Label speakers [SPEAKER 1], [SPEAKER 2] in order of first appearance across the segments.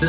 [SPEAKER 1] 时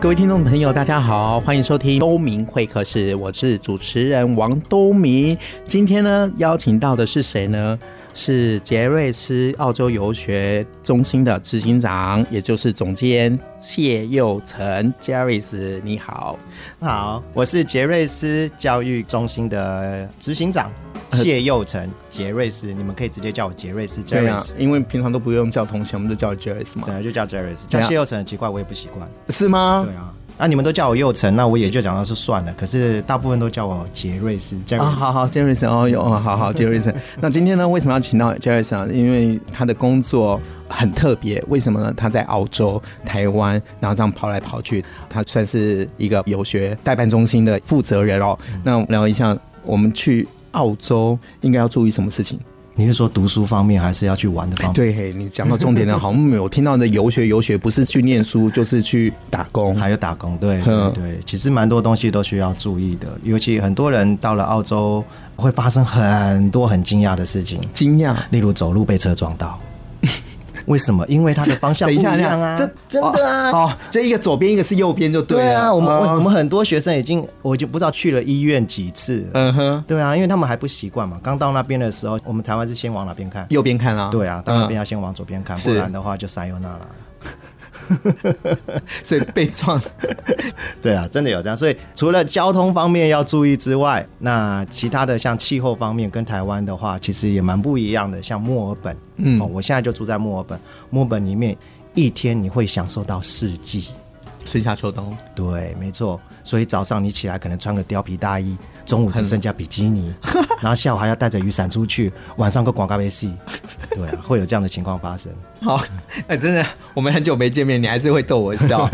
[SPEAKER 2] 各位听众朋友，大家好，欢迎收听东明会客室，我是主持人王东明。今天呢，邀请到的是谁呢？是杰瑞斯澳洲游学中心的执行长，也就是总监谢佑成 Jerry，你好。
[SPEAKER 3] 好，我是杰瑞斯教育中心的执行长
[SPEAKER 2] 呃
[SPEAKER 3] 谢佑成，杰瑞斯，你们可以直接叫我杰瑞斯，杰
[SPEAKER 2] 对
[SPEAKER 3] 瑞
[SPEAKER 2] 啊
[SPEAKER 3] 斯，，
[SPEAKER 2] 因为平常都不用叫同学，我们就叫 Jerry 嘛
[SPEAKER 3] 对，啊，就叫杰瑞斯，
[SPEAKER 2] 对
[SPEAKER 3] 叫
[SPEAKER 2] 啊
[SPEAKER 3] 谢佑成很奇怪，我也不习惯，
[SPEAKER 2] 是吗
[SPEAKER 3] 对？啊。那、你们都叫我佑成，那我也就讲到是算了。可是大部分都叫我杰瑞斯，杰瑞
[SPEAKER 2] 啊，
[SPEAKER 3] 斯。
[SPEAKER 2] 好好，Jerry 哦，有，哦好好，Jerry。那今天呢，为什么要请到 Jerry 啊？因为他的工作很特别，为什么呢？他在澳洲、台湾，然后这样跑来跑去，他算是一个游学代办中心的负责人哦。
[SPEAKER 3] 嗯
[SPEAKER 2] 那我们聊一下，我们去澳洲应该要注意什么事情？
[SPEAKER 3] 你是说读书方面，还是要去玩的方面？
[SPEAKER 2] 哎对，嘿你讲到重点了，好像没有听到的游学，游学不是去念书，就是去打 工。
[SPEAKER 3] 还有打工，对
[SPEAKER 2] 嗯
[SPEAKER 3] 对对，其实蛮多东西都需要注意的，尤其很多人到了澳洲会发生很多很惊讶的事情，
[SPEAKER 2] 惊讶，
[SPEAKER 3] 例如走路被车撞到， 为什么？因为它的方向
[SPEAKER 2] 等
[SPEAKER 3] 不
[SPEAKER 2] 一
[SPEAKER 3] 一
[SPEAKER 2] 下，等一
[SPEAKER 3] 样
[SPEAKER 2] 下
[SPEAKER 3] 啊，这真的啊。
[SPEAKER 2] 哦，这一个左边，一个是右边，就对了。
[SPEAKER 3] 对啊，我们、
[SPEAKER 2] 哦
[SPEAKER 3] 我们很多学生已经，我就不知道去了医院几次。
[SPEAKER 2] 嗯哼，
[SPEAKER 3] 对啊，因为他们还不习惯嘛。刚到那边的时候，我们台湾是先往哪边看？
[SPEAKER 2] 右边看啦、
[SPEAKER 3] 对啊，到那
[SPEAKER 2] 嗯
[SPEAKER 3] 边要先往左边看，
[SPEAKER 2] 是
[SPEAKER 3] 不然的话就塞尤那了。
[SPEAKER 2] 所以被撞，
[SPEAKER 3] 对啊，真的有这样。所以除了交通方面要注意之外，那其他的像气候方面跟台湾的话，其实也蛮不一样的。像墨尔本，
[SPEAKER 2] 嗯
[SPEAKER 3] 哦，我现在就住在墨尔本，墨尔本里面一天你会享受到四季。
[SPEAKER 2] 春夏秋冬，
[SPEAKER 3] 对，没错。所以早上你起来可能穿个貂皮大衣，中午只剩下比基尼，然后下午还要带着雨伞出去，晚上个广告被戏。对啊，会有这样的情况发生。
[SPEAKER 2] 好，哎、真的，我们很久没见面，你还是会逗我 笑。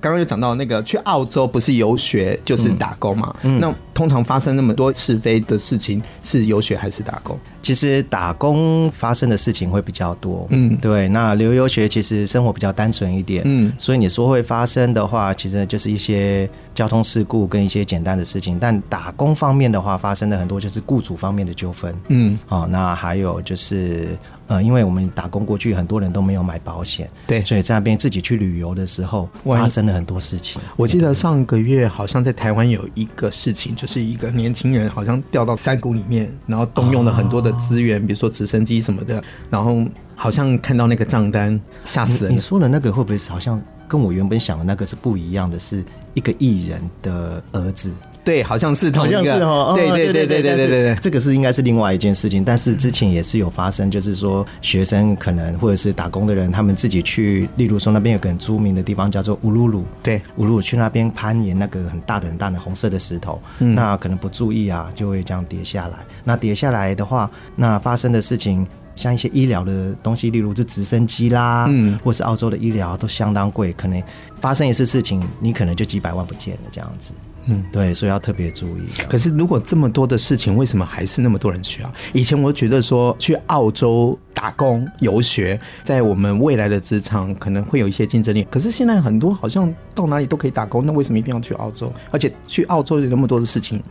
[SPEAKER 2] 刚刚有讲到那个去澳洲不是游学就是打工嘛，那通常发生那么多是非的事情，是游学还是打工？
[SPEAKER 3] 其实打工发生的事情会比较多，
[SPEAKER 2] 嗯
[SPEAKER 3] 对。那留游学其实生活比较单纯一点，
[SPEAKER 2] 嗯
[SPEAKER 3] 所以你说会发生的话，其实就是一些交通事故跟一些简单的事情。但打工方面的话，发生的很多就是雇主方面的纠纷，
[SPEAKER 2] 嗯，
[SPEAKER 3] 哦，那还有就是呃，因为我们打工过去，很多人都没有买保险，
[SPEAKER 2] 对
[SPEAKER 3] 所以在那边自己去旅游的时候，
[SPEAKER 2] 万一
[SPEAKER 3] 发生了很多事情。
[SPEAKER 2] 我记得上个月好像在台湾有一个事情，就是一个年轻人好像掉到山谷里面，然后动用了很多的资源，比如说直升机什么的，然后好像看到那个账单，吓死人
[SPEAKER 3] 你
[SPEAKER 2] 了。
[SPEAKER 3] 说的那个会不会是好像跟我原本想的那个是不一样的？是一个艺人的儿子。
[SPEAKER 2] 嗯对，好像是同
[SPEAKER 3] 好
[SPEAKER 2] 一
[SPEAKER 3] 像是
[SPEAKER 2] 个，
[SPEAKER 3] 哦，哦
[SPEAKER 2] 对对对对对对对
[SPEAKER 3] 但是。这个是应该是另外一件事情，但是之前也是有发生，就是说学生可能或者是打工的人，他们自己去，例如说那边有个很著名的地方叫做乌鲁鲁，
[SPEAKER 2] 对，
[SPEAKER 3] 乌鲁鲁去那边攀岩那个很大的很大的红色的石头，
[SPEAKER 2] 嗯
[SPEAKER 3] 那可能不注意啊，就会这样跌下来。那跌下来的话，那发生的事情。像一些医疗的东西，例如是直升机啦，
[SPEAKER 2] 嗯
[SPEAKER 3] 或是澳洲的医疗都相当贵，可能发生一次事情，你可能就几百万不见了这样子。嗯，对，所以要特别注意。
[SPEAKER 2] 可是，如果这么多的事情，为什么还是那么多人去啊？以前我觉得说去澳洲打工游学，在我们未来的职场可能会有一些竞争力。可是现在很多好像到哪里都可以打工，那为什么一定要去澳洲？而且去澳洲有那么多的事情，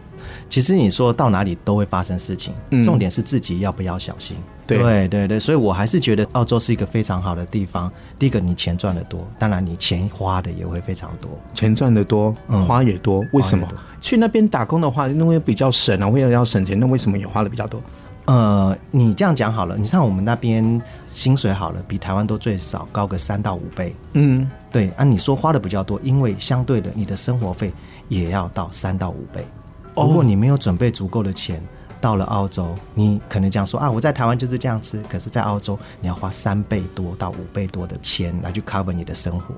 [SPEAKER 3] 其实你说到哪里都会发生事情，
[SPEAKER 2] 嗯
[SPEAKER 3] 重点是自己要不要小心。
[SPEAKER 2] 对
[SPEAKER 3] 对对对所以我还是觉得澳洲是一个非常好的地方。第一个，你钱赚得多，当然你钱花的也会非常多。
[SPEAKER 2] 钱赚得多，
[SPEAKER 3] 嗯
[SPEAKER 2] 花也多，为什么
[SPEAKER 3] 花也多？
[SPEAKER 2] 去那边打工的话，因为比较省啊，为了要省钱，那为什么也花的比较多？
[SPEAKER 3] 呃，你这样讲好了，你像我们那边薪水好了，比台湾都最少高个三到五倍。
[SPEAKER 2] 嗯，
[SPEAKER 3] 对啊，你说花的比较多，因为相对的你的生活费也要到三到五倍。
[SPEAKER 2] 哦
[SPEAKER 3] 如果你没有准备足够的钱，到了澳洲，你可能这样说啊，我在台湾就是这样吃，可是在澳洲你要花三倍多到五倍多的钱来去 cover 你的生活。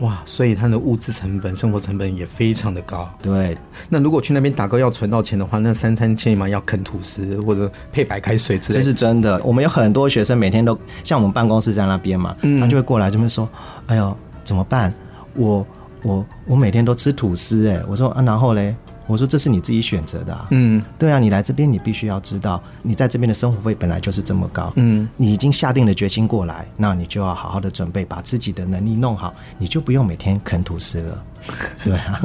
[SPEAKER 2] 哇，所以它的物质成本、生活成本也非常的高。
[SPEAKER 3] 对，
[SPEAKER 2] 那如果去那边打工要存到钱的话，那三餐起码要啃吐司或者配白开水之类
[SPEAKER 3] 这
[SPEAKER 2] 的。
[SPEAKER 3] 是真的。我们有很多学生每天都像我们办公室在那边嘛，
[SPEAKER 2] 嗯
[SPEAKER 3] 他就会过来这边说：“哎呦，怎么办？我我我每天都吃吐司哎、我说：“啊，然后嘞。”我说这是你自己选择的啊。
[SPEAKER 2] 嗯
[SPEAKER 3] 对啊，你来这边，你必须要知道，你在这边的生活费本来就是这么高。
[SPEAKER 2] 嗯，
[SPEAKER 3] 你已经下定了决心过来，那你就要好好的准备，把自己的能力弄好，你就不用每天啃吐司 了。对啊，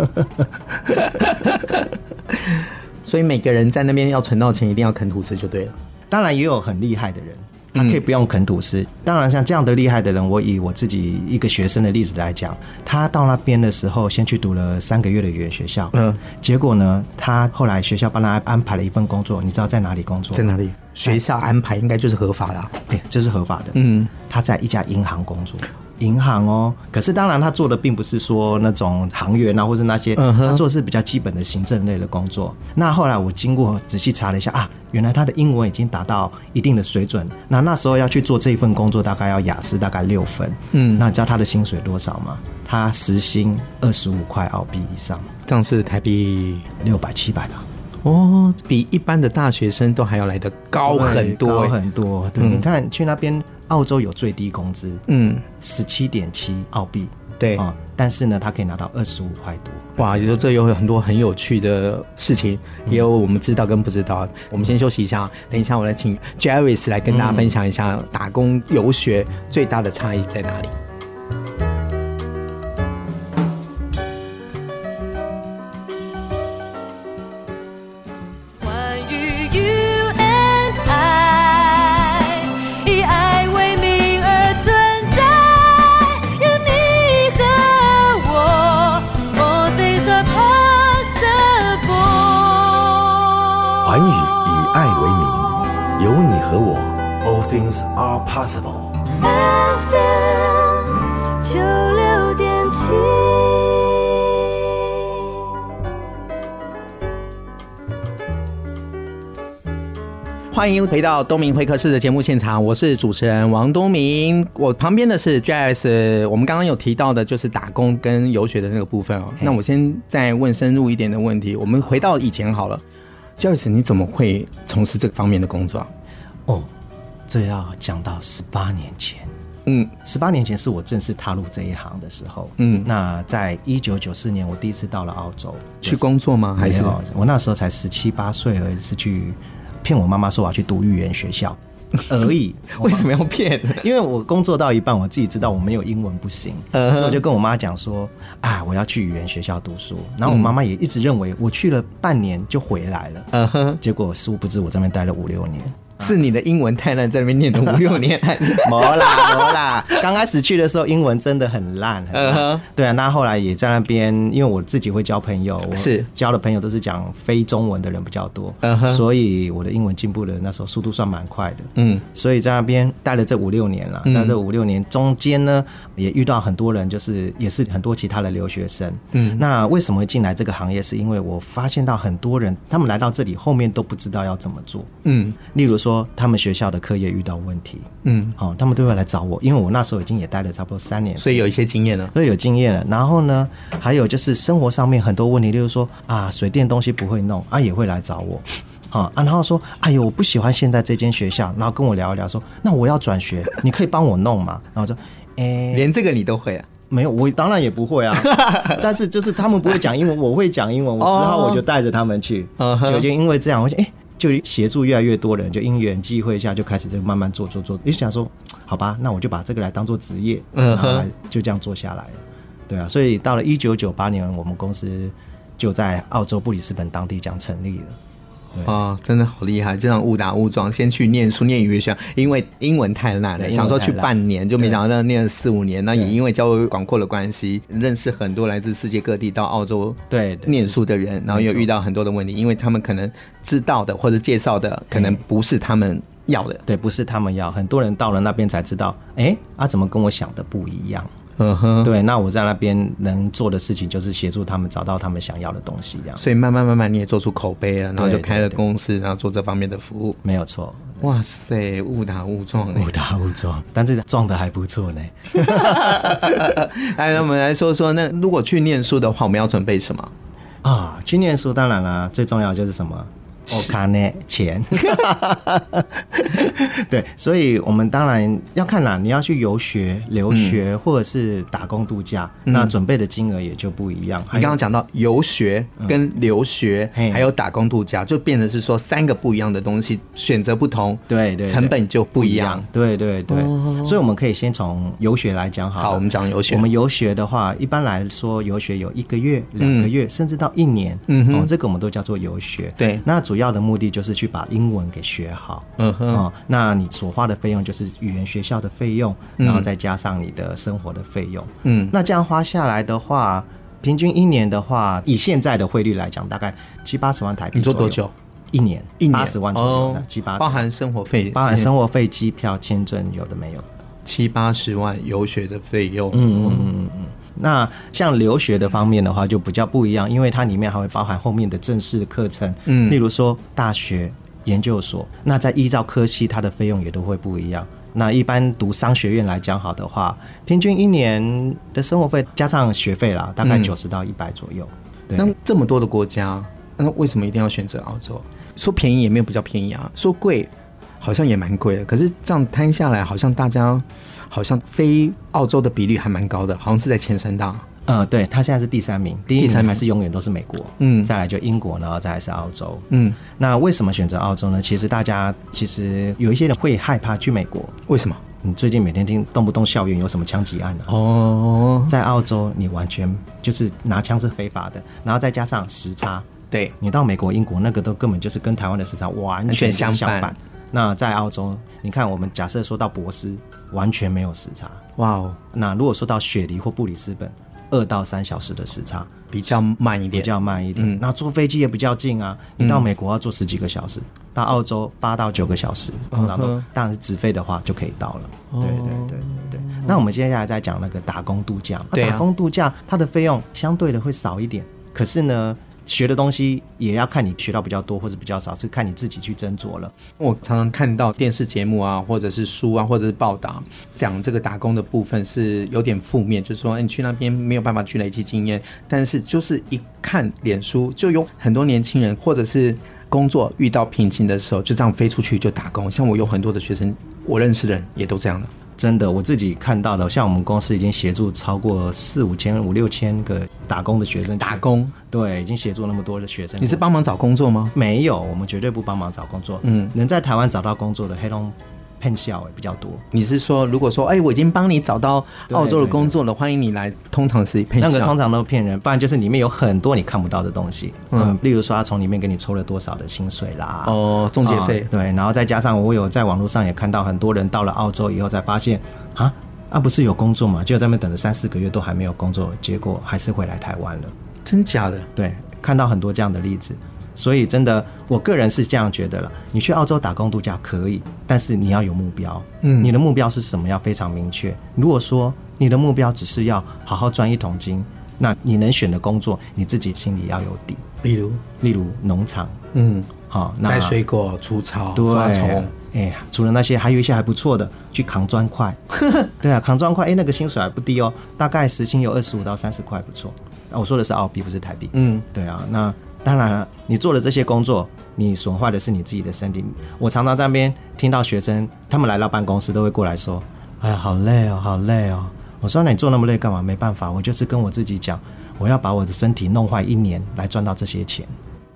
[SPEAKER 2] 所以每个人在那边要存到钱，一定要啃吐司就对了。
[SPEAKER 3] 当然也有很厉害的人，他可以不用啃吐司。当然，像这样的厉害的人，我以我自己一个学生的例子来讲，他到那边的时候，先去读了三个月的语言学校，
[SPEAKER 2] 嗯，
[SPEAKER 3] 结果呢，他后来学校帮他安排了一份工作，你知道在哪里工作？
[SPEAKER 2] 在哪里？学校安排应该就是合法的啊、
[SPEAKER 3] 哎，这是合法的。
[SPEAKER 2] 嗯，
[SPEAKER 3] 他在一家银行工作，银行哦。可是当然，他做的并不是说那种行员啊，或是那些，
[SPEAKER 2] 嗯哼
[SPEAKER 3] 他做的是比较基本的行政类的工作。那后来我经过仔细查了一下啊，原来他的英文已经达到一定的水准。那那时候要去做这份工作，大概要雅思大概六分。
[SPEAKER 2] 嗯
[SPEAKER 3] 那你知道他的薪水多少吗？他时薪二十五块澳币以上，
[SPEAKER 2] 这样是台币
[SPEAKER 3] 六百七百吧。
[SPEAKER 2] 哦，比一般的大学生都还要来的高很多、
[SPEAKER 3] 高
[SPEAKER 2] 欸
[SPEAKER 3] 很多。对，
[SPEAKER 2] 嗯
[SPEAKER 3] 你看去那边，澳洲有最低工资，
[SPEAKER 2] 嗯，
[SPEAKER 3] 十七点七澳币，
[SPEAKER 2] 对，
[SPEAKER 3] 啊、但是呢，他可以拿到二十五块多。
[SPEAKER 2] 哇，也就这有很多很有趣的事情，也有我们知道跟不知道。我们先休息一下，等一下我来请 Jerris 来跟大家分享一下打工游学最大的差异在哪里。
[SPEAKER 4] 关于 You and I，以爱为名而存在，有你和我，All things are possible。
[SPEAKER 5] 环宇以爱为名，有你和我，All things are possible。
[SPEAKER 4] FM 九六点七。
[SPEAKER 2] 欢迎回到东明会客室的节目现场，我是主持人王东明，我旁边的是 Jerris。我们刚刚有提到的就是打工跟游学的那个部分哦。那我先再问深入一点的问题，我们回到以前好了。Jerris，你怎么会从事这方面的工作啊？
[SPEAKER 3] 哦，这要讲到十八年前。
[SPEAKER 2] 嗯，
[SPEAKER 3] 十八年前是我正式踏入这一行的时候。
[SPEAKER 2] 嗯
[SPEAKER 3] 那在一九九四年，我第一次到了澳洲
[SPEAKER 2] 去工作吗？还
[SPEAKER 3] 没
[SPEAKER 2] 是
[SPEAKER 3] 有，我那时候才十七八岁而已，是去骗我妈妈说我要去读语言学 校而已。
[SPEAKER 2] 为什么要 骗？
[SPEAKER 3] 因为我工作到一半，我自己知道我没有英文不行，
[SPEAKER 2] 嗯哼
[SPEAKER 3] 所以我就跟我妈讲说，啊，我要去语言学校读书。然后我妈妈也一直认为我去了半年就回来了，
[SPEAKER 2] 嗯哼，
[SPEAKER 3] 结果殊不知我这边待了五六年。
[SPEAKER 2] 是你的英文太烂，在那边念了五六年，还 是
[SPEAKER 3] 没啦没啦，刚开始去的时候英文真的很烂，很烂
[SPEAKER 2] 嗯哼
[SPEAKER 3] 对啊，那后来也在那边，因为我自己会交朋友，我
[SPEAKER 2] 是
[SPEAKER 3] 交的朋友都是讲非中文的人比较多
[SPEAKER 2] 嗯哼
[SPEAKER 3] 所以我的英文进步的那时候速度算蛮快的，
[SPEAKER 2] 嗯，
[SPEAKER 3] 所以在那边待了这五六年了，在这五六年中间呢，也遇到很多人，就是也是很多其他的留学生。嗯，那为什么会进来这个行业？是因为我发现到很多人，他们来到这里后面都不知道要怎么做。
[SPEAKER 2] 嗯
[SPEAKER 3] 例如说，他们学校的课业遇到问题，
[SPEAKER 2] 嗯，
[SPEAKER 3] 哦，他们都会来找我，因为我那时候已经也待了差不多三年，
[SPEAKER 2] 所以有一些经验了。
[SPEAKER 3] 所以有经验了。然后呢，还有就是生活上面很多问题，例如说啊，水电东西不会弄啊，也会来找我。 啊啊，然后说，哎呦，我不喜欢现在这间学校，然后跟我聊一聊说那我要转学，你可以帮我弄吗？然后说，哎、
[SPEAKER 2] 连这个你都会啊？
[SPEAKER 3] 没有，我当然也不会 啊，但是就是他们不会讲英文，我会讲英文，我只好我就带着他们去，
[SPEAKER 2] 哦嗯哼
[SPEAKER 3] 就就因为这样，我想，哎、就协助越来越多人，就因缘际会下就开始就慢慢做做做，也想说，好吧，那我就把这个来当做职业，
[SPEAKER 2] 嗯
[SPEAKER 3] 嗯
[SPEAKER 2] 哼
[SPEAKER 3] 哼，就这样做下来了，对啊，所以到了一九九八年，我们公司就在澳洲布里斯本当地讲成立了。
[SPEAKER 2] 啊、真的好厉害！这样误打误撞，先去念书，念语言学校，因为英文太烂了，
[SPEAKER 3] 对
[SPEAKER 2] 想说
[SPEAKER 3] 英
[SPEAKER 2] 去
[SPEAKER 3] 文太烂
[SPEAKER 2] 半年，就没想到念了四五年。那也因为交友广阔的关系，认识很多来自世界各地到澳洲
[SPEAKER 3] 对对
[SPEAKER 2] 念书的人，然后又遇到很多的问题，因为他们可能知道的或者介绍的，可能不是他们要的。
[SPEAKER 3] 对，不是他们要，很多人到了那边才知道，哎，啊，怎么跟我想的不一样？
[SPEAKER 2] 嗯哼，
[SPEAKER 3] 对，那我在那边能做的事情就是协助他们找到他们想要的东西，这样
[SPEAKER 2] 所以慢慢慢慢你也做出口碑了，然后就
[SPEAKER 3] 对
[SPEAKER 2] 开了
[SPEAKER 3] 对对
[SPEAKER 2] 公司，然后做这方面的服务。
[SPEAKER 3] 没有错。
[SPEAKER 2] 哇塞，误打误撞哎
[SPEAKER 3] 误！打误撞，但是撞的还不错呢。
[SPEAKER 2] 来，哎那我们来说说，那如果去念书的话，我们要准备什么？
[SPEAKER 3] 啊，去念书当然啦、最重要就是什么？我卡呢钱， 对，所以我们当然要看啦，你要去游学、留学、或者是打工度假，那准备的金额也就不一样。还
[SPEAKER 2] 你
[SPEAKER 3] 有嗯
[SPEAKER 2] 刚刚讲到游学跟留学，
[SPEAKER 3] 嘿
[SPEAKER 2] 还有打工度假，就变得是说三个不一样的东西，选择不同，
[SPEAKER 3] 对对对
[SPEAKER 2] 成本就不一样。哦
[SPEAKER 3] 对对对，所以我们可以先从游学来讲好了。
[SPEAKER 2] 好，我们讲游学，
[SPEAKER 3] 我们游学的话，一般来说游学有一个月、两个月，甚至到一年，
[SPEAKER 2] 嗯哼
[SPEAKER 3] 哦，这个我们都叫做游学。
[SPEAKER 2] 对
[SPEAKER 3] 那主要的目的就是去把英文给学好。
[SPEAKER 2] 嗯哼
[SPEAKER 3] 哦，那你所花的费用就是语言学校的费用，然后再加上你的生活的费用。
[SPEAKER 2] 嗯
[SPEAKER 3] 那这样花下来的话，平均一年的话，以现在的汇率来讲，大概七八十万台币。
[SPEAKER 2] 你说多久？？
[SPEAKER 3] 一年，
[SPEAKER 2] 一年哦
[SPEAKER 3] 八十万左右的，七八十，
[SPEAKER 2] 包含生活费，
[SPEAKER 3] 包含生活费、机票、签证，有的没有的。
[SPEAKER 2] 七八十万游学的费用。
[SPEAKER 3] 嗯嗯嗯嗯嗯。那像留学的方面的话，就比较不一样，因为它里面还会包含后面的正式课程，
[SPEAKER 2] 嗯
[SPEAKER 3] 例如说大学、研究所，那再依照科系，它的费用也都会不一样。那一般读商学院来讲好的话，平均一年的生活费加上学费啦，大概
[SPEAKER 2] 嗯
[SPEAKER 3] 九十到一百左右。
[SPEAKER 2] 那
[SPEAKER 3] 对，
[SPEAKER 2] 这么多的国家，那为什么一定要选择澳洲？说便宜也没有比较便宜啊，说贵好像也蛮贵的。可是这样摊下来，好像大家好像非澳洲的比率还蛮高的，好像是在前三大。
[SPEAKER 3] 嗯，对，它现在是第三名，第一
[SPEAKER 2] 第三
[SPEAKER 3] 名还
[SPEAKER 2] 名
[SPEAKER 3] 是永远都是美国，
[SPEAKER 2] 嗯
[SPEAKER 3] 再来就英国，然后再来是澳洲，
[SPEAKER 2] 嗯，
[SPEAKER 3] 那为什么选择澳洲呢？其实大家其实有一些人会害怕去美国，
[SPEAKER 2] 为什么？
[SPEAKER 3] 你最近每天听动不动校园有什么枪击案啊？
[SPEAKER 2] 哦，
[SPEAKER 3] 在澳洲，你完全就是拿枪是非法的，然后再加上时差，
[SPEAKER 2] 对，
[SPEAKER 3] 你到美国、英国那个都根本就是跟台湾的时差完全就是
[SPEAKER 2] 完全
[SPEAKER 3] 相
[SPEAKER 2] 相反
[SPEAKER 3] 反。那在澳洲，你看我们假设说到博斯，完全没有时差。
[SPEAKER 2] 哇哦，
[SPEAKER 3] 那如果说到雪梨或布里斯本，二到三小时的时差
[SPEAKER 2] 比较慢一
[SPEAKER 3] 比
[SPEAKER 2] 点。嗯
[SPEAKER 3] 较慢一点，那坐飞机也比较近啊。你到美国要坐十几个小时，到澳洲八到九个小时，通常
[SPEAKER 2] 嗯
[SPEAKER 3] 都
[SPEAKER 2] 哼哦
[SPEAKER 3] 当然是直飞的话就可以到了。对对对对对。那我们接下来再讲那个打工度假嘛，那
[SPEAKER 2] 对啊
[SPEAKER 3] 打工度假它的费用相对的会少一点，可是呢，学的东西也要看你学到比较多或者比较少，是看你自己去斟酌了。
[SPEAKER 2] 我常常看到电视节目啊，或者是书啊，或者是报道，讲这个打工的部分是有点负面，就是说、哎你去那边没有办法去累积经验，但是就是一看脸书，就有很多年轻人或者是。工作遇到瓶颈的时候，就这样飞出去就打工。像我有很多的学生，我认识的人也都这样的。
[SPEAKER 3] 真的，我自己看到的，像我们公司已经协助超过四五千、五六千个打工的学生去
[SPEAKER 2] 打，工，
[SPEAKER 3] 对，已经协助那么多的学生。
[SPEAKER 2] 你是帮忙找工作吗？
[SPEAKER 3] 没有，我们绝对不帮忙找工作。
[SPEAKER 2] 嗯
[SPEAKER 3] 能在台湾找到工作的黑龙骗校也比较多。
[SPEAKER 2] 你是说，如果说，哎、我已经帮你找到澳洲
[SPEAKER 3] 对对
[SPEAKER 2] 的工作了，欢迎你来。通常是配
[SPEAKER 3] 那个
[SPEAKER 2] 上
[SPEAKER 3] 通常都骗人，不然就是里面有很多你看不到的东西，
[SPEAKER 2] 嗯
[SPEAKER 3] 嗯，例如说他从里面给你抽了多少的薪水啦，
[SPEAKER 2] 哦，中介费
[SPEAKER 3] 啊、对，然后再加上我有在网络上也看到很多人到了澳洲以后才发现，啊啊不是有工作嘛，结果在那边等了三四个月都还没有工作，结果还是回来台湾了。
[SPEAKER 2] 真假的？
[SPEAKER 3] 对，看到很多这样的例子。所以真的，我个人是这样觉得了。你去澳洲打工度假可以，但是你要有目标。
[SPEAKER 2] 嗯
[SPEAKER 3] 你的目标是什么？要非常明确。如果说你的目标只是要好好赚一桶金，那你能选的工作，你自己心里要有底。
[SPEAKER 2] 例如，
[SPEAKER 3] 例如农场，
[SPEAKER 2] 嗯，
[SPEAKER 3] 好、那
[SPEAKER 2] 摘水果、除草、
[SPEAKER 3] 对，
[SPEAKER 2] 抓虫。
[SPEAKER 3] 哎呀，除了那些，还有一些还不错的，去扛砖 块。对啊，扛砖块，哎，那个薪水还不低哦，大概时薪有二十五到三十块，不错。啊我说的是澳币，不是台币。
[SPEAKER 2] 嗯，
[SPEAKER 3] 对啊，那当然了，你做了这些工作，你损坏的是你自己的身体。我常常在那边听到学生，他们来到办公室都会过来说：“哎呀，好累哦，好累哦。”我说：“那你做那么累干嘛？”没办法，我就是跟我自己讲，我要把我的身体弄坏一年来赚到这些钱。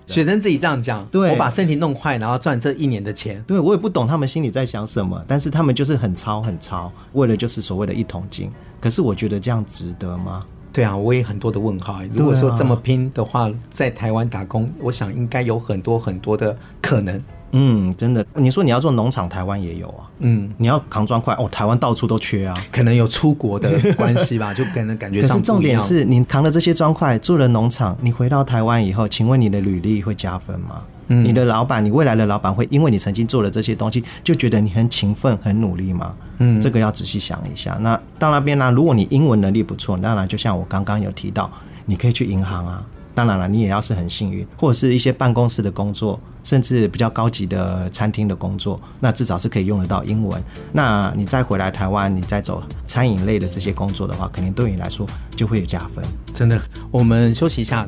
[SPEAKER 2] 学生自己这样讲，
[SPEAKER 3] 对
[SPEAKER 2] 我把身体弄坏，然后赚这一年的钱。
[SPEAKER 3] 对我也不懂他们心里在想什么，但是他们就是很超很超，为了就是所谓的一桶金。可是我觉得这样值得吗？
[SPEAKER 2] 对啊，我也很多的问号、
[SPEAKER 3] 啊
[SPEAKER 2] 欸。如果说这么拼的话，在台湾打工，我想应该有很多很多的可能。
[SPEAKER 3] 嗯，真的，你说你要做农场，台湾也有啊。
[SPEAKER 2] 嗯，
[SPEAKER 3] 你要扛砖块哦，台湾到处都缺啊。
[SPEAKER 2] 可能有出国的关系 吧，就可能感觉
[SPEAKER 3] 可
[SPEAKER 2] 上
[SPEAKER 3] 是重
[SPEAKER 2] 不一
[SPEAKER 3] 点
[SPEAKER 2] 样。
[SPEAKER 3] 是你扛了这些砖块，做了农场，你回到台湾以后，请问你的履历会加分吗？
[SPEAKER 2] 嗯
[SPEAKER 3] 你的老板，你未来的老板会因为你曾经做了这些东西，就觉得你很勤奋、很努力吗？嗯，这个要仔细想一下。那到那边呢、如果你英文能力不错，当然就像我刚刚有提到，你可以去银行啊。当然了，你也要是很幸运，或者是一些办公室的工作，甚至比较高级的餐厅的工作，那至少是可以用得到英文。那你再回来台湾，你再走餐饮类的这些工作的话，肯定对你来说就会有加分。
[SPEAKER 2] 真的，我们休息一下。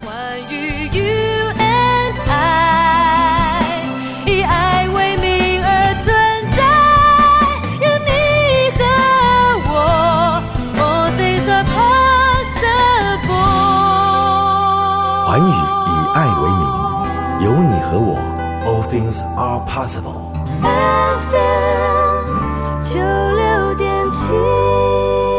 [SPEAKER 4] 关于 you and I。
[SPEAKER 5] 环宇以爱为名，有你和我，All things are possible。
[SPEAKER 4] FM 九六点七。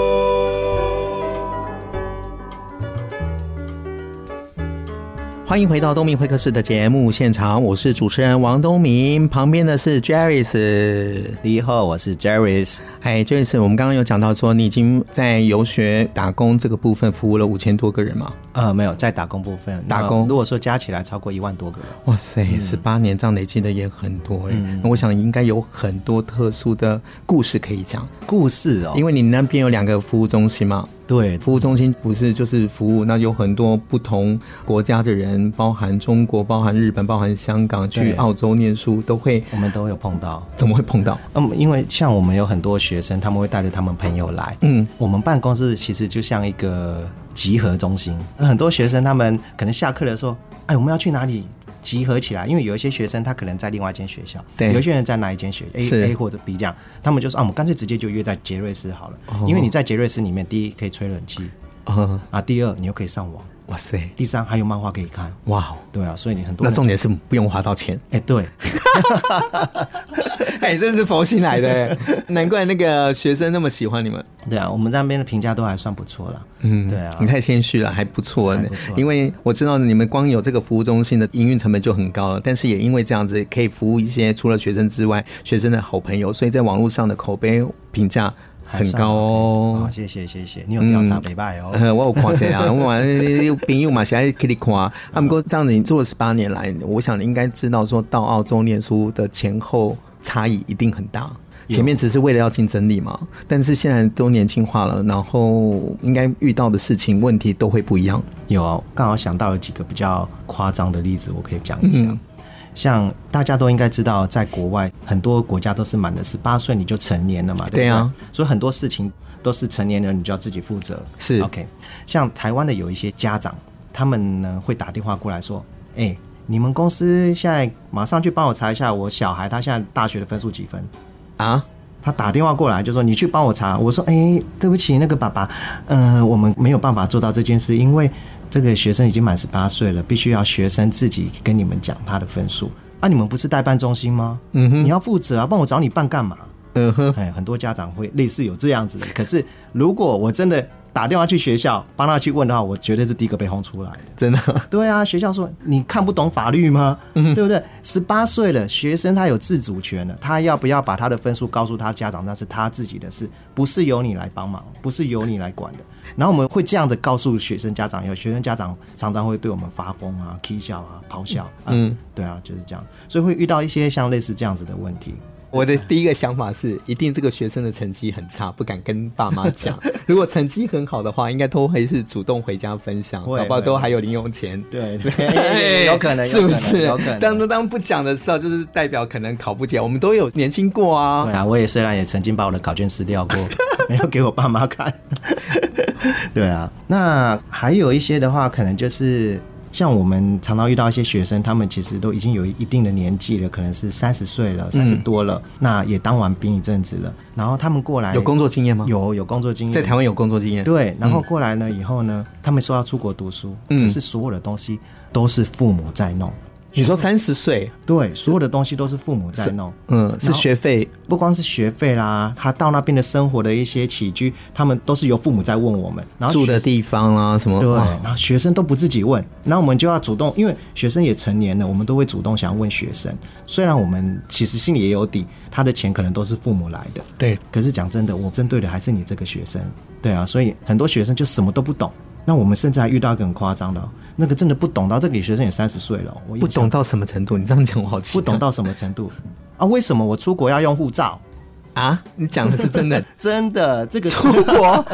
[SPEAKER 2] 欢迎回到东明会客室的节目现场，我是主持人王东明，旁边的是 Jerry。
[SPEAKER 3] 第一号，我是 Jerris。
[SPEAKER 2] 嗨，Jerry，我们刚刚有讲到说你已经在游学打工这个部分服务了五千多个人嘛？
[SPEAKER 3] 呃，没有在打工部分，那
[SPEAKER 2] 打工
[SPEAKER 3] 如果说加起来超过一万多个人，
[SPEAKER 2] 哇塞，十八年这样累积的也很多哎、那我想应该有很多特殊的故事可以讲，
[SPEAKER 3] 故事哦，
[SPEAKER 2] 因为你那边有两个服务中心嘛，
[SPEAKER 3] 对
[SPEAKER 2] 服务中心不是就是服务，那有很多不同国家的人，包含中国、包含日本、包含香港，去
[SPEAKER 3] 对
[SPEAKER 2] 澳洲念书都会，
[SPEAKER 3] 我们都有碰到。
[SPEAKER 2] 怎么会碰到？
[SPEAKER 3] 嗯，因为像我们有很多学生，他们会带着他们朋友来。
[SPEAKER 2] 嗯，
[SPEAKER 3] 我们办公室其实就像一个集合中心，很多学生他们可能下课的时候，哎，我们要去哪里？集合起来，因为有一些学生他可能在另外一间学校，
[SPEAKER 2] 对
[SPEAKER 3] 有一些人在哪一间学哎
[SPEAKER 2] 是
[SPEAKER 3] A A 或者 B 这样，他们就说啊，我们干脆直接就约在杰瑞斯好了，
[SPEAKER 2] 哦
[SPEAKER 3] 因为你在杰瑞斯里面，第一可以吹冷气
[SPEAKER 2] 呃，
[SPEAKER 3] 啊，第二你又可以上网，
[SPEAKER 2] 哇塞，
[SPEAKER 3] 第三还有漫画可以看，
[SPEAKER 2] 哇哦！
[SPEAKER 3] 对啊，所以你很多
[SPEAKER 2] 那
[SPEAKER 3] 人
[SPEAKER 2] 重点是不用花到钱，
[SPEAKER 3] 哎、对，
[SPEAKER 2] 哎，真是佛心来 的哎，难怪那个学生那么喜欢你们。
[SPEAKER 3] 对啊，我们那边的评价都还算不错啦。
[SPEAKER 2] 嗯
[SPEAKER 3] 对啊
[SPEAKER 2] 你太谦虚了，还不错呢
[SPEAKER 3] 还不错。
[SPEAKER 2] 因为我知道你们光有这个服务中心的营运成本就很高了，但是也因为这样子可以服务一些除了学生之外学生的好朋友，所以在网络上的口碑评价很高
[SPEAKER 3] 好、
[SPEAKER 2] 哦。
[SPEAKER 3] 谢谢谢谢，你有调查
[SPEAKER 2] 嗯
[SPEAKER 3] 北拜哦。
[SPEAKER 2] 呃， 我有看这啊，我嘛有朋友嘛，现在可以看啊。
[SPEAKER 3] 嗯
[SPEAKER 2] 不过这样子，你做了十八年来，我想你应该知道，说到澳洲念书的前后差异一定很大。
[SPEAKER 3] 有
[SPEAKER 2] 前面只是为了要竞争力嘛，但是现在都年轻化了，然后应该遇到的事情问题都会不一样。
[SPEAKER 3] 有啊，刚好想到有几个比较夸张的例子，我可以讲一下。
[SPEAKER 2] 嗯
[SPEAKER 3] 像大家都应该知道，在国外很多国家都是满了十八岁你就成年了嘛，对不对？
[SPEAKER 2] 对啊
[SPEAKER 3] 所以很多事情都是成年人你就要自己负责。
[SPEAKER 2] 是
[SPEAKER 3] OK，像台湾的有一些家长，他们呢会打电话过来说：“哎、你们公司现在马上去帮我查一下我小孩他现在大学的分数几分。”
[SPEAKER 2] 啊，
[SPEAKER 3] 他打电话过来就说：“你去帮我查。”我说：“哎、对不起，那个爸爸，呃，我们没有办法做到这件事，因为这个学生已经满十八岁了，必须要学生自己跟你们讲他的分数。啊，你们不是代办中心吗？嗯哼，你要负责啊，帮我找你办干嘛？
[SPEAKER 2] 嗯哼，
[SPEAKER 3] 哎，很多家长会类似有这样子的。可是如果我真的打电话去学校帮他去问的话，我绝对是第一个被轰出来的。”
[SPEAKER 2] 真的，
[SPEAKER 3] 对啊，学校说你看不懂法律吗？
[SPEAKER 2] 嗯
[SPEAKER 3] 对不对？十八岁了，学生他有自主权了，他要不要把他的分数告诉他家长，那是他自己的事，不是由你来帮忙，不是由你来管的。然后我们会这样子告诉学生家长，有学生家长常常会对我们发疯啊、k 笑啊、咆哮啊，
[SPEAKER 2] 嗯
[SPEAKER 3] 对啊，就是这样，所以会遇到一些像类似这样子的问题。
[SPEAKER 2] 我的第一个想法是，一定这个学生的成绩很差，不敢跟爸妈 讲。如果成绩很好的话，应该都会是主动回家分享，
[SPEAKER 3] 会
[SPEAKER 2] 宝宝都
[SPEAKER 3] 会
[SPEAKER 2] 还有零用钱。
[SPEAKER 3] 对，对有可能，
[SPEAKER 2] 哎是
[SPEAKER 3] 有可
[SPEAKER 2] 不
[SPEAKER 3] 能
[SPEAKER 2] 是
[SPEAKER 3] 有可能？
[SPEAKER 2] 当当不讲的时候，就是代表可能考不起来。我们都有年轻过啊
[SPEAKER 3] 对。啊，我也虽然也曾经把我的考卷撕掉 过，没有给我爸妈看。对啊，那还有一些的话，可能就是像我们常常遇到一些学生，他们其实都已经有一定的年纪了，可能是三十岁了，三十
[SPEAKER 2] 嗯
[SPEAKER 3] 多了，那也当完兵一阵子了，然后他们过来
[SPEAKER 2] 有工作经验吗？，
[SPEAKER 3] 有有工作经验，
[SPEAKER 2] 在台湾有工作经验。，
[SPEAKER 3] 对，然后过来呢以后呢，他们说要出国读书，
[SPEAKER 2] 嗯
[SPEAKER 3] 可是所有的东西都是父母在弄。
[SPEAKER 2] 你说三十岁，
[SPEAKER 3] 对，所有的东西都是父母在弄。
[SPEAKER 2] 嗯，是
[SPEAKER 3] 然后
[SPEAKER 2] 学费，
[SPEAKER 3] 不光是学费啦，他到那边的生活的一些起居，他们都是由父母在问我们，然后
[SPEAKER 2] 住
[SPEAKER 3] 学
[SPEAKER 2] 的地方啦、什么？
[SPEAKER 3] 对，
[SPEAKER 2] 哇
[SPEAKER 3] 然后学生都不自己问，然后我们就要主动，因为学生也成年了，我们都会主动想问学生。虽然我们其实心里也有底，他的钱可能都是父母来的，
[SPEAKER 2] 对，
[SPEAKER 3] 可是讲真的，我针对的还是你这个学生，对啊，所以很多学生就什么都不懂。那我们甚至还遇到一个很夸张的哦，那个真的不懂到这个女学生也三十岁了哦，我印
[SPEAKER 2] 不
[SPEAKER 3] 象
[SPEAKER 2] 懂到什么程度？你这样讲我好奇。
[SPEAKER 3] 不懂到什么程度啊？为什么我出国要用护照？
[SPEAKER 2] 啊？你讲的是 真的？
[SPEAKER 3] 真的，这个
[SPEAKER 2] 出国？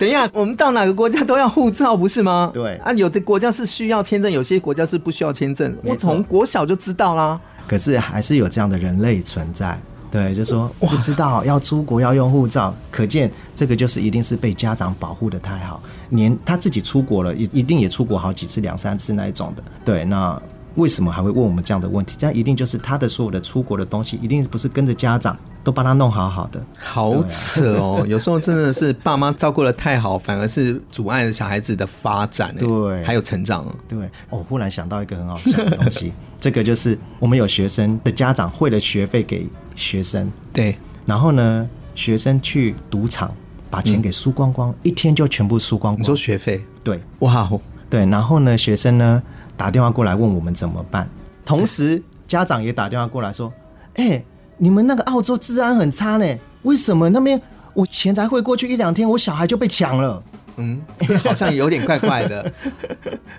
[SPEAKER 2] 等一下，我们到哪个国家都要护照，不是吗？
[SPEAKER 3] 对
[SPEAKER 2] 啊，有的国家是需要签证，有些国家是不需要签证。我
[SPEAKER 3] 没错
[SPEAKER 2] 从国小就知道啦。
[SPEAKER 3] 可是还是有这样的人类存在。对，就说不知道要出国要用护照，可见这个就是一定是被家长保护的太好，连他自己出国了，一一定也出国好几次、两三次那一种的。对，那为什么还会问我们这样的问题？这样一定就是他的所有的出国的东西，一定不是跟着家长，都帮他弄好好的。
[SPEAKER 2] 好扯哦！有时候真的是爸妈照顾的太好，反而是阻碍了小孩子的发展，哎
[SPEAKER 3] 对
[SPEAKER 2] 还有成长。
[SPEAKER 3] 对，哦我忽然想到一个很好笑的东西，这个就是我们有学生的家长汇了学费给学生，
[SPEAKER 2] 对，
[SPEAKER 3] 然后呢，学生去赌场把钱给输光光，一天就全部输光
[SPEAKER 2] 你说
[SPEAKER 3] 光。
[SPEAKER 2] 学费，
[SPEAKER 3] 对
[SPEAKER 2] 哇哦，
[SPEAKER 3] 对，然后呢，学生呢打电话过来问我们怎么办，同时家长也打电话过来说：“哎、你们那个澳洲治安很差呢，为什么那边我钱才汇过去一两天，我小孩就被抢了？”
[SPEAKER 2] 嗯，这好像有点怪怪的。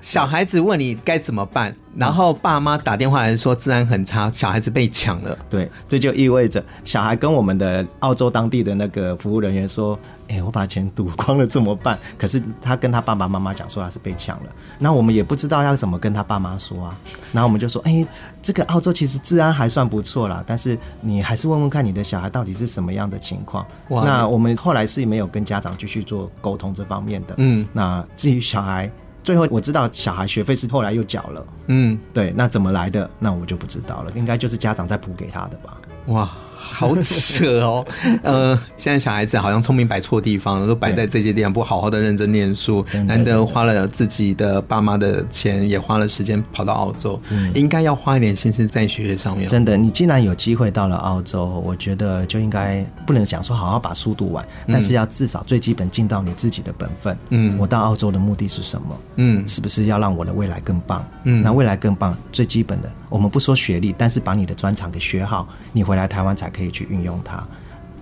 [SPEAKER 2] 小孩子问你该怎么办，然后爸妈打电话来说治安很差，小孩子被抢了。
[SPEAKER 3] 对，这就意味着小孩跟我们的澳洲当地的那个服务人员说：“哎、我把钱赌光了怎么办？”可是他跟他爸爸妈妈讲说他是被抢了，那我们也不知道要怎么跟他爸妈说啊。然后我们就说：“哎、这个澳洲其实治安还算不错啦，但是你还是问问看你的小孩到底是什么样的情况。”
[SPEAKER 2] 哇
[SPEAKER 3] 那我们后来是没有跟家长继续做沟通这方面的。
[SPEAKER 2] 嗯
[SPEAKER 3] 那至于小孩，最后我知道小孩学费是后来又缴了。
[SPEAKER 2] 嗯，
[SPEAKER 3] 对，那怎么来的？那我就不知道了，应该就是家长在补给他的吧。
[SPEAKER 2] 哇，好扯 哦。呃，现在小孩子好像聪明摆错地方了，都摆在这些地方，不好好的认真念书，
[SPEAKER 3] 真的
[SPEAKER 2] 难
[SPEAKER 3] 真
[SPEAKER 2] 得
[SPEAKER 3] 的
[SPEAKER 2] 花了自己的爸妈的钱，也花了时间跑到澳洲，应该要花一点心思在学业上面。
[SPEAKER 3] 真的，你既然有机会到了澳洲，我觉得就应该不能想说好好把书读完，但是要至少最基本尽到你自己的本分。
[SPEAKER 2] 嗯
[SPEAKER 3] 我到澳洲的目的是什么？
[SPEAKER 2] 嗯
[SPEAKER 3] 是不是要让我的未来更棒？
[SPEAKER 2] 嗯
[SPEAKER 3] 那未来更棒，最基本的，我们不说学历，但是把你的专长给学好，你回来台湾才可以去运用它。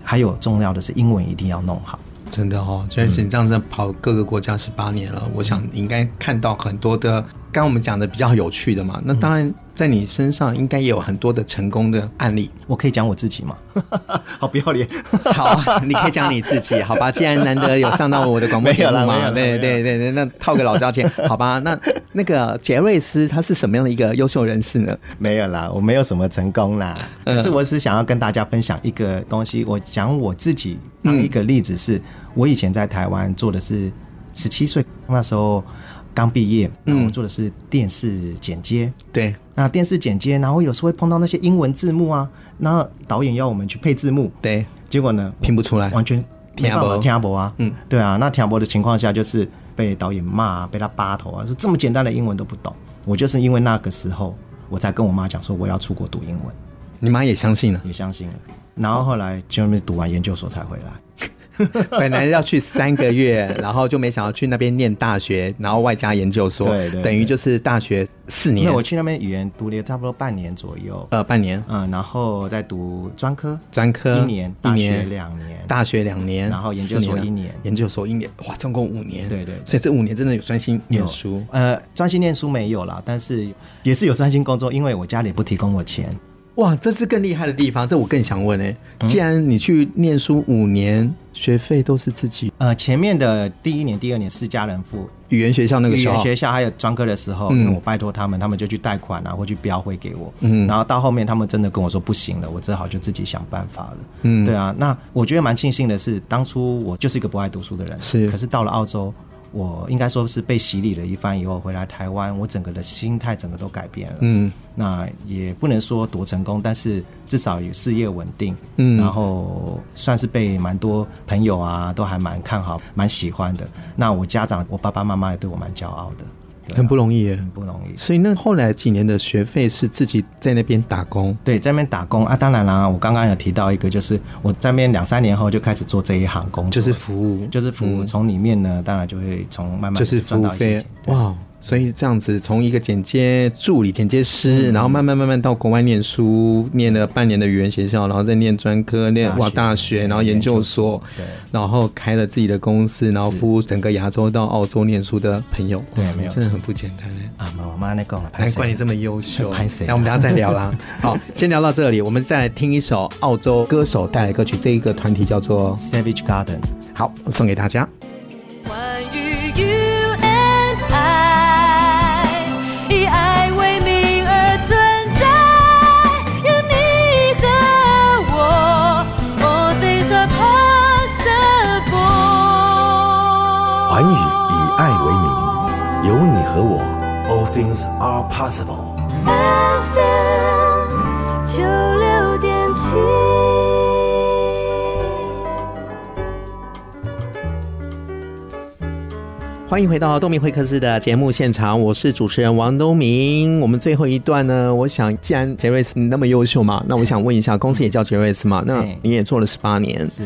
[SPEAKER 3] 还有重要的是，英文一定要弄好。
[SPEAKER 2] 真的哦，就是嗯你这样子跑各个国家十八年了，我想你应该看到很多的，刚刚我们讲的比较有趣的嘛。那当然，在你身上应该也有很多的成功的案例。
[SPEAKER 3] 我可以讲我自己吗？ 好不要脸。
[SPEAKER 2] 好啊，你可以讲你自己，好吧？既然难得有上到我的广播
[SPEAKER 3] 没
[SPEAKER 2] 节
[SPEAKER 3] 有
[SPEAKER 2] 目
[SPEAKER 3] 啦没有
[SPEAKER 2] 嘛，
[SPEAKER 3] 啦
[SPEAKER 2] 对
[SPEAKER 3] 没
[SPEAKER 2] 对对对，那套个老交钱，好吧？那那个杰瑞斯他是什么样的一个优秀人士呢？
[SPEAKER 3] 没有啦，我没有什么成功啦，
[SPEAKER 2] 嗯
[SPEAKER 3] 但是我是想要跟大家分享一个东西。我讲我自己当一个例子是，我以前在台湾做的是十七岁那时候刚毕业，然后我做的是电视剪接。
[SPEAKER 2] 对，
[SPEAKER 3] 那电视剪接，然后有时候会碰到那些英文字幕啊，然后导演要我们去配字幕，
[SPEAKER 2] 对，
[SPEAKER 3] 结果呢，
[SPEAKER 2] 拼不出来，
[SPEAKER 3] 完全没办
[SPEAKER 2] 哎听
[SPEAKER 3] 法
[SPEAKER 2] 不
[SPEAKER 3] 听阿伯啊，
[SPEAKER 2] 嗯
[SPEAKER 3] 嗯，对啊，那听阿伯的情况下就是被导演骂、啊，被他扒头啊，说这么简单的英文都不懂。我就是因为那个时候，我才跟我妈讲说我要出国读英文，
[SPEAKER 2] 你妈也相信了。
[SPEAKER 3] 也相信了。然后后来就是读完研究所才回来，
[SPEAKER 2] 本来要去三个月，然后就没想到去那边念大学，然后外加研究所，
[SPEAKER 3] 对对对
[SPEAKER 2] 等于就是大学四
[SPEAKER 3] 因为
[SPEAKER 2] 年，
[SPEAKER 3] 我去那边语言读了差不多半年左右，
[SPEAKER 2] 呃半年，
[SPEAKER 3] 嗯，然后再读专科
[SPEAKER 2] 专科
[SPEAKER 3] 一年，大学两年，
[SPEAKER 2] 大学两年，
[SPEAKER 3] 然后研究所
[SPEAKER 2] 四
[SPEAKER 3] 一年
[SPEAKER 2] 研究所一年，哇，总共五年，
[SPEAKER 3] 对对对
[SPEAKER 2] 所以这五年真的有专心念书，
[SPEAKER 3] 呃，专心念书没有啦，但是也是有专心工作，因为我家里不提供我钱，
[SPEAKER 2] 哇，这是更厉害的地方，这我更想问哎、既然你去念书五年，学费都是自己
[SPEAKER 3] 呃，前面的第一年、第二年是家人付，
[SPEAKER 2] 语言学校那个
[SPEAKER 3] 语
[SPEAKER 2] 时
[SPEAKER 3] 言
[SPEAKER 2] 候，
[SPEAKER 3] 学校还有专科的时候，
[SPEAKER 2] 嗯
[SPEAKER 3] 因为我拜托他们，他们就去贷款啊，或去标会给我。
[SPEAKER 2] 嗯
[SPEAKER 3] 然后到后面他们真的跟我说不行了，我只好就自己想办法了。
[SPEAKER 2] 嗯
[SPEAKER 3] 对啊，那我觉得蛮庆幸的是，当初我就是一个不爱读书的人，啊
[SPEAKER 2] 是
[SPEAKER 3] 可是到了澳洲。我应该说是被洗礼了一番以后，回来台湾，我整个的心态整个都改变了。
[SPEAKER 2] 嗯，
[SPEAKER 3] 那也不能说多成功，但是至少有事业稳定，
[SPEAKER 2] 嗯
[SPEAKER 3] 然后算是被蛮多朋友啊都还蛮看好、蛮喜欢的。那我家长，我爸爸妈妈也对我蛮骄傲的，对啊
[SPEAKER 2] 很不容易耶
[SPEAKER 3] 很。不容易。
[SPEAKER 2] 所以那后来几年的学费是自己在那边打工，
[SPEAKER 3] 对，在那边打工啊，当然啦、我刚刚有提到一个，就是我在那边两三年后就开始做这一行工作，
[SPEAKER 2] 就是服务，
[SPEAKER 3] 就是服务，
[SPEAKER 2] 嗯
[SPEAKER 3] 从里面呢，当然就会从慢慢地
[SPEAKER 2] 就是服
[SPEAKER 3] 赚
[SPEAKER 2] 务
[SPEAKER 3] 到一些
[SPEAKER 2] 费
[SPEAKER 3] 钱。，对
[SPEAKER 2] 哇！所以这样子，从一个剪接助理、剪接
[SPEAKER 3] 嗯
[SPEAKER 2] 师，然后慢慢慢慢到国外念书，念了半年的语言学校，然后再念专科，念
[SPEAKER 3] 大
[SPEAKER 2] 哇
[SPEAKER 3] 学
[SPEAKER 2] 大学，然后研究所，
[SPEAKER 3] 对
[SPEAKER 2] 然后开了自己的公司，然后
[SPEAKER 3] 是
[SPEAKER 2] 服务整个亚洲到澳洲念书的朋友，
[SPEAKER 3] 对
[SPEAKER 2] 哇
[SPEAKER 3] 没有
[SPEAKER 2] 真的
[SPEAKER 3] 错
[SPEAKER 2] 很不简单哎。
[SPEAKER 3] 啊，妈我妈那个，
[SPEAKER 2] 难怪你
[SPEAKER 3] 么
[SPEAKER 2] 这么优秀，
[SPEAKER 3] 拍谁啊
[SPEAKER 2] 那我们等一下再聊 啦。好，先聊到这里，我们再来听一首澳洲歌手带来歌曲，这一个团体叫做
[SPEAKER 3] Savage Garden。
[SPEAKER 2] 好，我送给大家。
[SPEAKER 4] 关于 You and I，以爱为名而存在，有你和我，All things are possible。
[SPEAKER 5] 环宇以爱为名，有你和我，All things are possible。
[SPEAKER 4] FM 九六点七。
[SPEAKER 2] 欢迎回到东明会客室的节目现场，我是主持人王东明。我们最后一段呢，我想既然杰瑞斯你那么优秀嘛，那我想问一下，公司也叫杰瑞斯嘛？那
[SPEAKER 3] 对
[SPEAKER 2] 你也做了十八年，
[SPEAKER 3] 是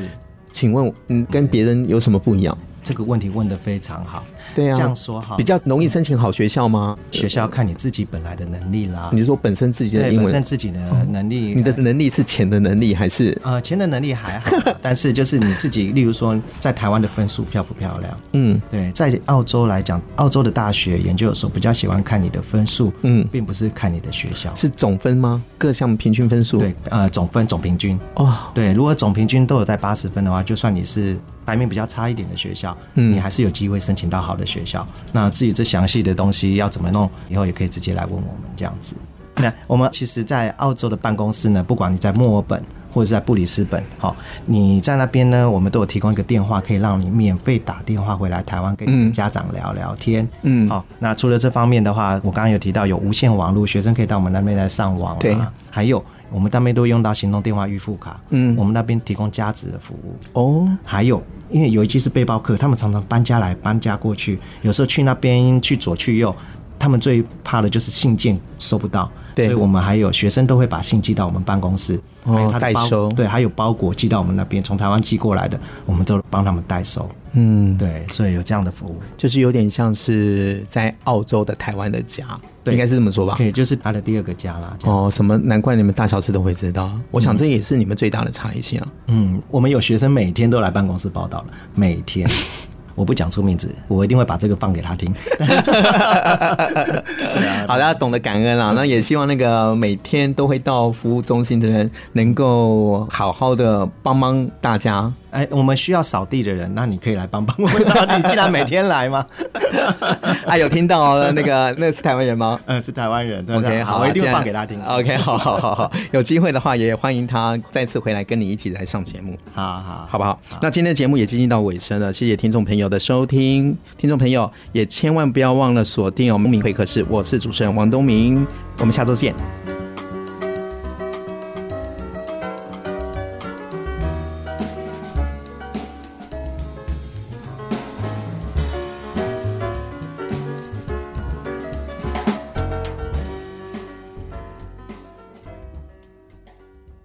[SPEAKER 2] 请问嗯，跟别人有什么不一样？
[SPEAKER 3] 这个问题问得非常好。
[SPEAKER 2] 对啊，
[SPEAKER 3] 这样说哈
[SPEAKER 2] 比较容易申请好学校吗？
[SPEAKER 3] 学校看你自己本来的能力啦，
[SPEAKER 2] 你是说本身自己的
[SPEAKER 3] 对
[SPEAKER 2] 英
[SPEAKER 3] 本
[SPEAKER 2] 文
[SPEAKER 3] 身，自己的能力，
[SPEAKER 2] 你的能力是钱的能力还是？
[SPEAKER 3] 呃钱的能力还好，但是就是你自己，例如说在台湾的分数漂不漂亮？
[SPEAKER 2] 嗯，
[SPEAKER 3] 对，在澳洲来讲，澳洲的大学研究所比较喜欢看你的分数，
[SPEAKER 2] 嗯
[SPEAKER 3] 并不是看你的学校。
[SPEAKER 2] 是总分吗？各项平均分数？
[SPEAKER 3] 对，呃，总分总平均。
[SPEAKER 2] 哦，
[SPEAKER 3] 对，如果总平均都有在八十分的话，就算你是排名比较差一点的学校，
[SPEAKER 2] 嗯
[SPEAKER 3] 你还是有机会申请到好的学校。那至于这详细的东西要怎么弄，以后也可以直接来问我们这样子。那我们其实，在澳洲的办公室呢，不管你在墨尔本或者是在布里斯本，好、你在那边呢，我们都有提供一个电话，可以让你免费打电话回来台湾跟家长聊聊天。
[SPEAKER 2] 嗯
[SPEAKER 3] 好、那除了这方面的话，我刚刚有提到有无线网络，学生可以到我们那边来上网、啊。
[SPEAKER 2] 对
[SPEAKER 3] 还有我们那边都用到行动电话预付卡，
[SPEAKER 2] 嗯
[SPEAKER 3] 我们那边提供加值的服务。
[SPEAKER 2] 哦，
[SPEAKER 3] 还有，因为有一期是背包客，他们常常搬家来搬家过去，有时候去那边去左去右，他们最怕的就是信件收不到。
[SPEAKER 2] 对
[SPEAKER 3] 所以我们还有学生都会把信寄到我们办公室，
[SPEAKER 2] 哦
[SPEAKER 3] 还有他的
[SPEAKER 2] 代
[SPEAKER 3] 包
[SPEAKER 2] 收
[SPEAKER 3] 对，还有包裹寄到我们那边，从台湾寄过来的，我们都帮他们代收。
[SPEAKER 2] 嗯，
[SPEAKER 3] 对，所以有这样的服务。
[SPEAKER 2] 就是有点像是在澳洲的台湾的家，
[SPEAKER 3] 对
[SPEAKER 2] 应该是这么说吧
[SPEAKER 3] 可？以，就是他的第二个家啦。这样
[SPEAKER 2] 哦，什么？难怪你们大小事都会知道。我想这也是你们最大的差异性啊。
[SPEAKER 3] 嗯，我们有学生每天都来办公室报道了，每 天。我不讲出名字，我一定会把这个放给他听。啊
[SPEAKER 2] 好了，懂得感 恩啦。那也希望那个每天都会到服务中心的人，能够好好的帮帮 大家。
[SPEAKER 3] 哎，我们需要扫地的人，那你可以来帮帮我们扫地。既然每天来 嘛，
[SPEAKER 2] 啊，有听到哦那个那是台湾人吗？
[SPEAKER 3] 嗯，是台湾人，对不对
[SPEAKER 2] OK，好啊，
[SPEAKER 3] 我一定
[SPEAKER 2] 这
[SPEAKER 3] 会
[SPEAKER 2] 样
[SPEAKER 3] 放给他听。
[SPEAKER 2] OK，好好好好，有机会的话也欢迎他再次回来跟你一起来上节目。
[SPEAKER 3] 好好
[SPEAKER 2] 好不好？那今天的节目也接近到尾声了，谢谢听众朋友的收听，听众朋友也千万不要忘了锁定我们明会客室，我是主持人王东明，我们下周见。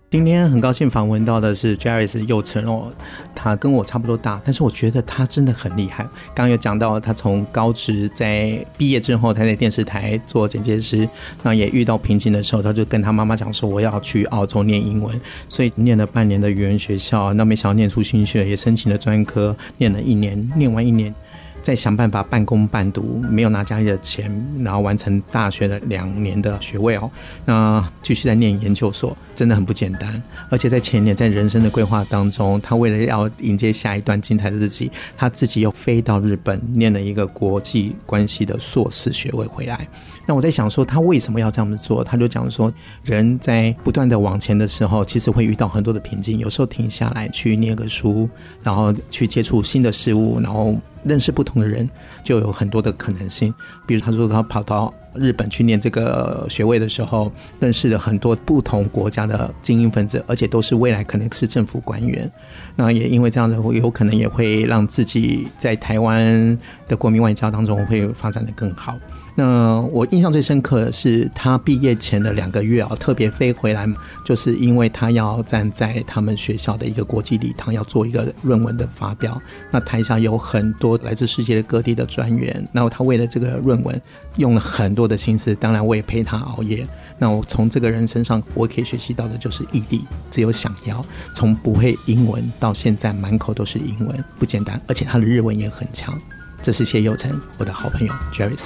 [SPEAKER 2] 今天很高兴访问到的是 Jaris 佑成哦，他跟我差不多大，但是我觉得他真的很厉害。刚刚有讲到他从高职在毕业之后，他在电视台做剪接师，那也遇到瓶颈的时候，他就跟他妈妈讲说我要去澳洲念英文，所以念了半年的语言学校，那没想到念出心血，也申请了专科，念了一年，念完一年。再想办法半工半读，没有拿家里的钱，然后完成大学的两年的学位哦。那继续在念研究所，真的很不简单。而且在前年在人生的规划当中，他为了要迎接下一段精彩的日子，他自己又飞到日本念了一个国际关系的硕士学位回来。那我在想说，他为什么要这样子做？他就讲说，人在不断的往前的时候，其实会遇到很多的瓶颈，有时候停下来去念个书，然后去接触新的事物，然后认识不同的人，就有很多的可能性。比如他说他跑到日本去念这个学位的时候，认识了很多不同国家的精英分子，而且都是未来可能是政府官员。那也因为这样的，有可能也会让自己在台湾的国民外交当中会发展的更好。那我印象最深刻的是他毕业前的两个月啊，特别飞回来，就是因为他要站在他们学校的一个国际礼堂要做一个论文的发表。那台下有很多来自世界各地的专员，然后他为了这个论文用了很多的心思，当然我也陪他熬夜。那我从这个人身上，我可以学习到的就是毅力，只有想要，从不会英文到现在满口都是英文，不简单，而且他的日文也很强。这是谢佑成，我的好朋友 Jerry。